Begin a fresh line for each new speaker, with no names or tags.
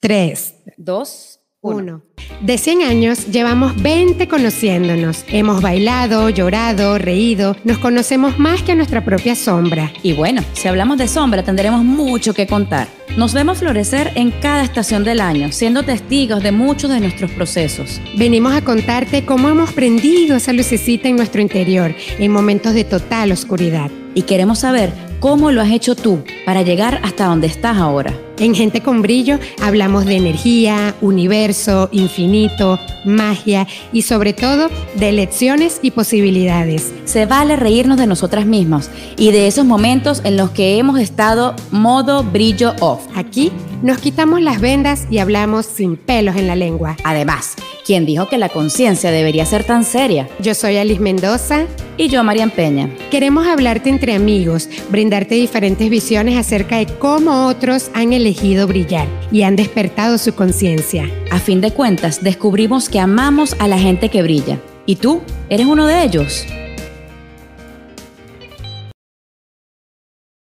Tres,
dos, uno.
uno. De 100 años llevamos 20 conociéndonos. Hemos bailado, llorado, reído. Nos conocemos más que a nuestra propia sombra.
Y bueno, si hablamos de sombra tendremos mucho que contar. Nos vemos florecer en cada estación del año, siendo testigos de muchos de nuestros procesos.
Venimos a contarte cómo hemos prendido esa lucecita en nuestro interior en momentos de total oscuridad.
Y queremos saber cómo lo has hecho tú para llegar hasta donde estás ahora.
En Gente con Brillo hablamos de energía, universo, infinito, magia y sobre todo de lecciones y posibilidades.
Se vale reírnos de nosotras mismas y de esos momentos en los que hemos estado modo brillo off.
Aquí nos quitamos las vendas y hablamos sin pelos en la lengua.
Además, ¿quién dijo que la conciencia debería ser tan seria?
Yo soy Alice Mendoza.
Y yo, Marian Peña.
Queremos hablarte entre amigos, brindarte diferentes visiones acerca de cómo otros han elegido brillar y han despertado su conciencia.
A fin de cuentas, descubrimos que amamos a la gente que brilla. ¿Y tú? ¿Eres uno de ellos?